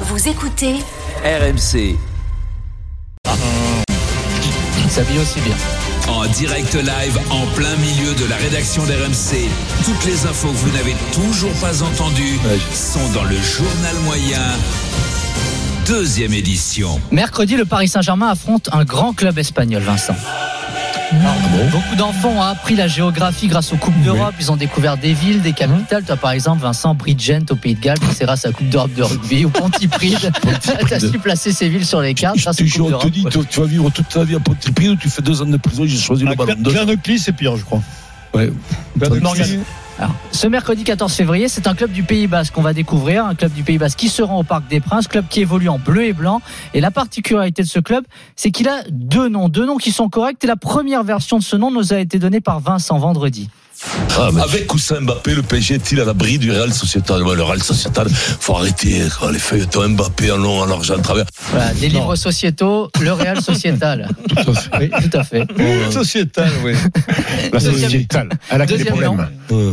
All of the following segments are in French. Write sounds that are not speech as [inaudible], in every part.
Vous écoutez RMC. s'habille aussi bien. En direct live, en plein milieu de la rédaction d'RMC, toutes les infos que vous n'avez toujours pas entendues sont dans le journal moyen, deuxième édition. Mercredi, le Paris Saint-Germain affronte un grand club espagnol, Vincent. Beaucoup d'enfants ont appris la géographie grâce aux Coupes d'Europe. Ils ont découvert des villes, des capitales. Toi, par exemple, Vincent Bridgent au Pays de Galles, c'est grâce à la Coupe d'Europe de rugby. Ou Pontypridd, [laughs] t'as su placer ces villes sur les cartes Je grâce te aux Coupes jure, d'Europe. Anthony, tu tu vas vivre toute ta vie à Pontypridd ou tu fais deux ans de prison, j'ai choisi le Ah, ballon Cla- d'or. Clairnoclis, c'est pire, je crois. Ouais. Clairnoclis. Alors, ce mercredi 14 février, c'est un club du Pays Basque qu'on va découvrir, un club du Pays Basque qui se rend au Parc des Princes, club qui évolue en bleu et blanc. Et la particularité de ce club, c'est qu'il a deux noms, deux noms qui sont corrects. Et la première version de ce nom nous a été donnée par Vincent vendredi. Ah, Avec Koussin Mbappé, le PSG est-il à l'abri du Real Societal Ouais, Le Real Societal, faut arrêter quoi, les feuilletons Mbappé en long, en large, en travers. Voilà, des livres sociétaux, le Real [laughs] sociétal. oui, tout à fait. Sociétal, [laughs] oui. La Deuxième- sociétale. Elle a que des deuxième problèmes. Euh,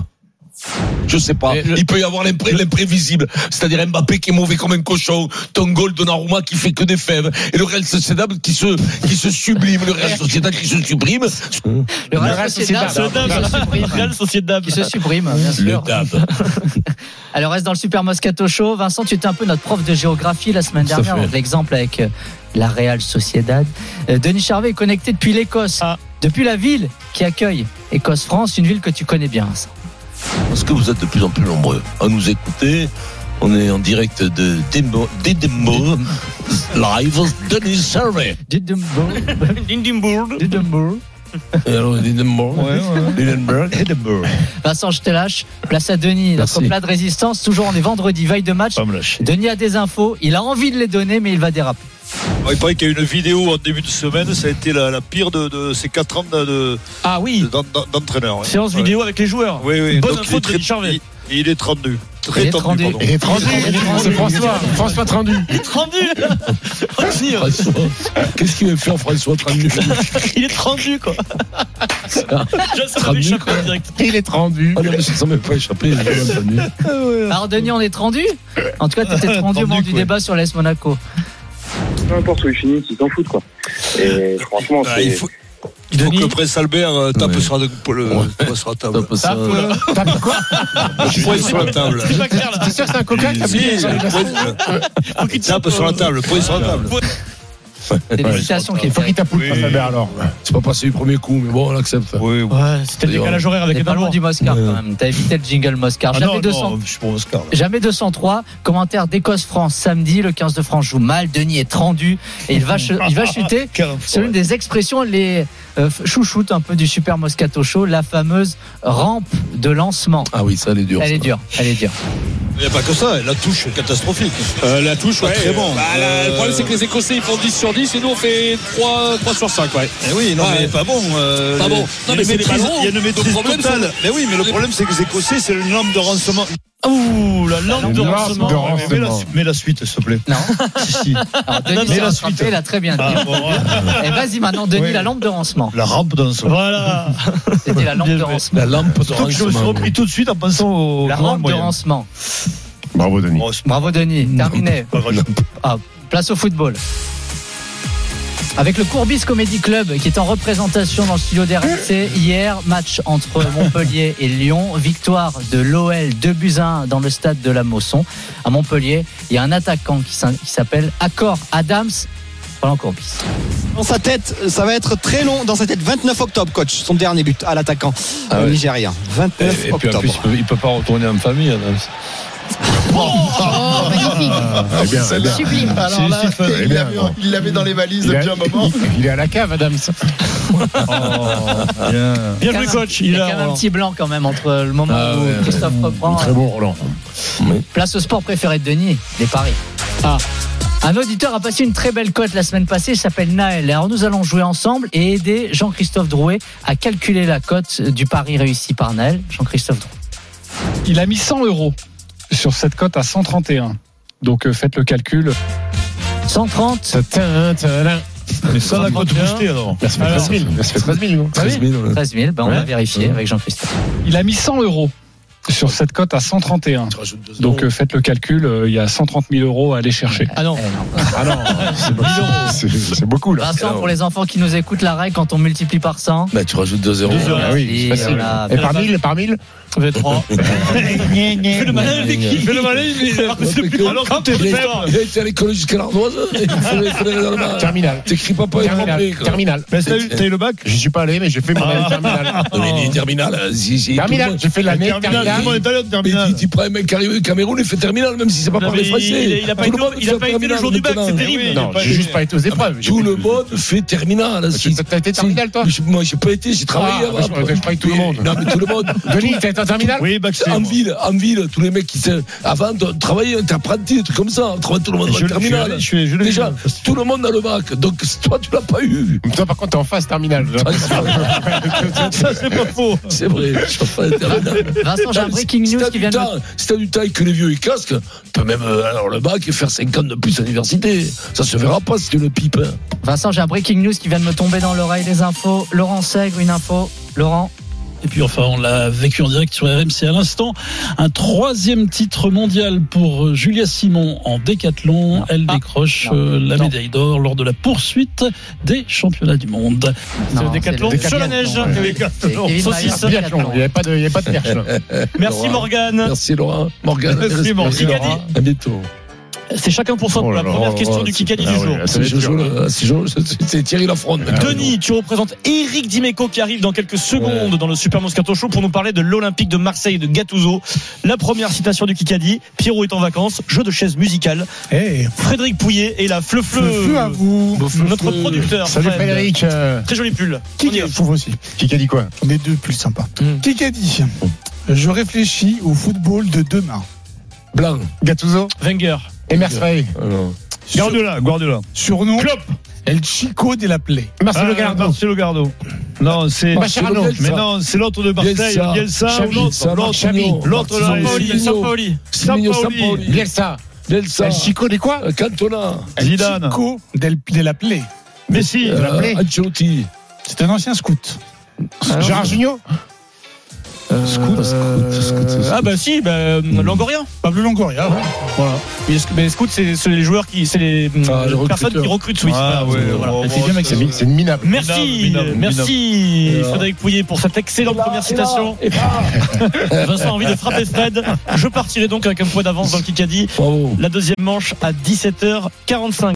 Je sais pas. Mais le- Il peut y avoir l'impré- l'imprévisible. C'est-à-dire Mbappé qui est mauvais comme un cochon, Tongol Donnarumma qui fait que des fèves, et le Real Sociedad qui se, qui se sublime, le [laughs] Real Sociedad qui se sublime. Le Le Real Real sociétal Sociedad. qui se supprime. Real Sociedad. Qui se supprime, bien Le sûr. dame. Alors reste dans le Super Moscato Show. Vincent, tu étais un peu notre prof de géographie la semaine Ça dernière. fait. donc L'exemple avec euh, la Real Sociedad. Euh, Denis Charvet est connecté depuis l'Écosse, Ah. depuis la ville qui accueille Écosse-France, une ville que tu connais bien. Vincent. Parce que vous êtes de plus en plus nombreux à nous écouter. On est en direct de Demo, Didemo, live, Denis Survey. Dudumbo, Lindenburg. [laughs] Dudumbo. Euh, Alors, Didemo, Ouais, ouais. Didemberg. Edinburgh. Vincent, je te lâche. Place à Denis, notre Merci. plat de résistance. Toujours on est vendredi, veille de match. Pas me lâcher. Denis a des infos, il a envie de les donner, mais il va déraper. Il paraît qu'il y a une vidéo en début de semaine, ça a été la, la pire de, de ces 4 ans de- de- Ah oui. de- d'en- d'en- d'entraîneur. ouais. Séance Ouais. vidéo avec les joueurs. Oui, oui. Bonne Donc, il info est de Denis Charvet. Il, il est tendu. Très Il est tendu. tendu, pardon. Et Trandu, Trandu, c'est François, François Trandu. Rendu François. Qu'est-ce qu'il veut faire, François Trandu Il est rendu [laughs] quoi Jasper Rendu, Richard quoi. en direct. Il est Trandu. Ah non, mais ça m'a pas échappé. j'ai pas entendu. Alors Denis, on est trendu En tout cas, [laughs] tu étais trendu au moment Trendu, du quoi. débat sur l'AS Monaco. peu importe où il finit, ils s'en foutent quoi. Et franchement, Bah, c'est- il faut, il faut Denis que Prince Albert euh, tape Ouais. sur, la, pour le- Ouais. sur la Ça euh, table. Ah, peut ça. Euh, T'as quoi Point sur la table. C'est pas clair là T'es sûr que c'est un coquin qui a Ah, Si, mis sur les glaçons point- Faut qu'il tape sur la table. Point sur la table. C'est une citation qui est Faut qu'il faite. t'appuie Oui. face à Albert, alors. C'est pas passé du premier coup, mais bon, on l'accepte. Oui, Ouais, c'était le décalage horaire T'es pas loin du Moscar quand même. T'as évité le jingle Ah Ah Moscar. Jamais 200 je suis pour Oscar. là. Jamais 203, commentaire d'Écosse-France samedi, le 15 de France joue mal, Denis est trendu et il va, ch- il va chuter. C'est l'une des expressions, les euh, chouchoutes un peu du Super Moscato Show, la fameuse rampe de lancement. Ah oui, ça, elle est dure. Elle ça. est dure, elle [laughs] est dure. Il n'y a pas que ça, la touche est catastrophique. Euh, la touche, ouais, très bon. Bah, le problème, c'est que les Écossais, ils font 10 sur 10 et nous, on fait 3, sur 5, ouais. Eh oui, non, mais pas bon. euh, Pas bon. Il y a Non, mais une c'est des maîtrise- ballons. Il y a une maîtrise problème, totale. Mais oui, mais le problème, c'est que les Écossais, c'est le nombre de renseignements. Ouh La la lampe lampe de de lancement lancement. Ouais, Mais la, mets la suite, s'il te plaît. Non, Si, si. Alors, Denis non, s'est mais la rattrapé, suite. il a très bien dit. Ah, bon, ouais. Et vas-y maintenant, Denis, Oui. la lampe de lancement. La rampe dans ce. [laughs] Voilà C'était la lampe Bien de joué. lancement. La lampe de Donc, je me suis Ransom. repris tout de suite en pensant au. La grand rampe de moyen. lancement. Bravo, Denis. Bon, Oh, c'est Bravo Denis, terminé. pas grave. Ah, place au football. Avec le Courbis Comedy Club qui est en représentation dans le studio d'RMC hier, match entre Montpellier et Lyon, victoire de l'OL 2 buts à 1 dans le stade de la Mosson. À Montpellier, il y a un attaquant qui s'in- qui s'appelle Accor Adams. Roland Courbis. Dans sa tête, ça va être très long. Dans sa tête, 29 octobre, coach, son dernier but à l'attaquant Ah euh, ouais. nigérien. Et, 29 et puis en octobre. plus, il peut, il peut pas retourner en famille. Adams. Oh, magnifique, Ah, Eh bien, eh bien. sublime. C'est Stephen, eh bien. Il l'avait dans les valises Il est- il- Il est à la cave, Adams. Bien joué coach Il Il y a a quand même un petit blanc quand même entre le moment Ah où ouais, Christophe reprend. Très bon, Roland. Place au sport préféré de Denis, les paris. Ah. Un auditeur a passé une très belle cote la semaine passée, il s'appelle Naël. Alors nous allons jouer ensemble et aider Jean-Christophe Drouet à calculer la cote du pari réussi par Naël. Jean-Christophe Drouet. Il a mis 100 euros sur cette cote à 131. Donc euh, faites le calcul. 130, Tintin, tintin. Mais ça, la côte boostée, alors. Ça se Ah, fait 13 000. Ça se fait 13 000, non 13 000, ouais. 13 000, ben on va Ouais. vérifier avec Jean-Christophe. Il a mis 100 euros sur cette cote à 131. Donc euh, faites le calcul, euh, il y a 130 000 euros à aller chercher. Ah non. Ah non, c'est beaucoup. C'est- C'est beaucoup là. Vincent, pour les enfants qui nous écoutent, la règle, quand on multiplie par 100, Bah, tu rajoutes 2 euros. Deux euros. Ah oui, c'est facile. Voilà. Et par mille, par mille Fais le malin, mais qui fait le malin mais alors que c'est le plus grand. Alors quand t'es Il faible. était à l'école jusqu'à l'ardoise. Il fallait il fallait aller dans le bas. Terminal. T'écris papa et Terminal. trempé. Terminal. Mais t'as eu t'as eu le bac J'y suis pas allé, mais j'ai fait mon année de terminale. Terminal. euh, si- si- Terminal, j'ai fait l'année de Terminal, tout le monde terminale. est allé au Mais terminal. tu, tu prends un mec qui arrive du Cameroun, il fait terminal, même si c'est pas Non, parler mais français. il- il a pas Tout été- monde il a fait pas été le terminal jour du bac, maintenant. c'est terrible. Non, Il est pas j'ai juste pas été aux épreuves. Tout le monde fait terminal. Si- T'as été si- terminal, toi Je- Moi, j'ai pas été, j'ai travaillé. Ah, moi, je- je croyais que tout le Mais- monde. Non, bah, mais tout le monde. Denis, t'as été en terminale Oui, bac C, En moi. ville, en ville, tous les mecs qui se- avant de travailler, t'es apprenti, des trucs comme ça. On travaille tout le monde dans Je le je suis allé- terminal. je suis- je l'ai Déjà, vu. tout le monde a le bac. Donc, toi, tu l'as pas eu. Ah, Toi, par contre, t'es en Ah, phase terminale. Ça, c'est pas faux. C'est vrai. Je suis pas terminal. Vincent, j'ai un breaking Ah, Si news t'as qui du vient de me temps- Si t'as du temps et que les vieux ils casquent, tu peux même euh, alors le bac et faire 5 ans de plus à l'université. Ça se verra pas si tu le pipes. hein. Vincent, j'ai un breaking news qui vient de me tomber dans l'oreille des infos. Laurent Seg, une info. Laurent, Et puis enfin, on l'a vécu en direct sur RMC à l'instant. Un troisième titre mondial pour euh, Julia Simon en décathlon. Non. Elle Ah. décroche Non. euh, la Non. médaille d'or lors de la poursuite des championnats du monde. Non, c'est décathlon le sur la neige. décathlon, ouais. C'est Kevin Décathlon. Mayer, Saucisse. décathlon. Biathlon. Il n'y avait pas de, il y avait pas de perche, là. Merci Morgane. Merci Laurent. Morgan. Merci Morgane. À bientôt. C'est chacun pour soi pour Oh la là là, première oh, question du c'est- Kikadi ah du oui, jour. là, ça C'est va être dur, là. Jojo, euh, c'est Jojo, c'est- c'est Thierry Lafronde. Denis, tu représentes Eric Dimeco qui arrive dans quelques secondes dans le Super Moscato Show pour nous parler de l'Olympique de Marseille et de Gattuso. La première citation du Kikadi, Pierrot est en vacances, jeu de chaise musicale. Frédéric Pouillet et la fleu-fleu, vous. notre producteur. Euh, Salut Fred. Frédéric. euh, Très joli pull. Qui On y qui va. trouve aussi Qui a dit quoi Hmm. Les deux plus sympas. Mm. Qui a dit Je réfléchis au football de demain. Blanc. Gattuso Wenger. et Mercedes. Guardiola, Guardiola. Surnom Klopp. El Chico de la Plaie. Marcelo Ah, Gallardo. Marcelo Gardo. Non, c'est. Mascherano. Mais non, c'est l'autre de Marseille, Bielsa. Bielsa ou Xavi. l'autre. L'autre, Martino, l'autre là, Martino, Sampaoli. Signo, Sampaoli. Signo, Sampaoli. Sampaoli. Bielsa. Delsa. El Chico des quoi euh, Cantona. Zidane. Chico del- de la Plaie. Messi. euh, l'appelais Ancelotti. C'est un ancien scout. Gérard Junior Euh, Scout, scout, scout, scout. Ah bah si, bah, Longoria. Pablo Longoria. ouais. Voilà. Mais, sc- mais scout, c'est c'est les joueurs qui, c'est les Ah, les euh, personnes recruteurs. qui recrutent Suisse. Ah, ouais, Voilà. ouais, Et c'est ouais, bien, mec, ouais. c'est C'est bien. mi- c'est une minable. Merci, Minable, minable, merci minable. Frédéric Pouillet pour cette excellente première Et là, citation. et là. [laughs] Vincent a envie de frapper Fred. Je partirai donc avec un point d'avance dans le Kikadi. Bravo. La deuxième manche à 17h45.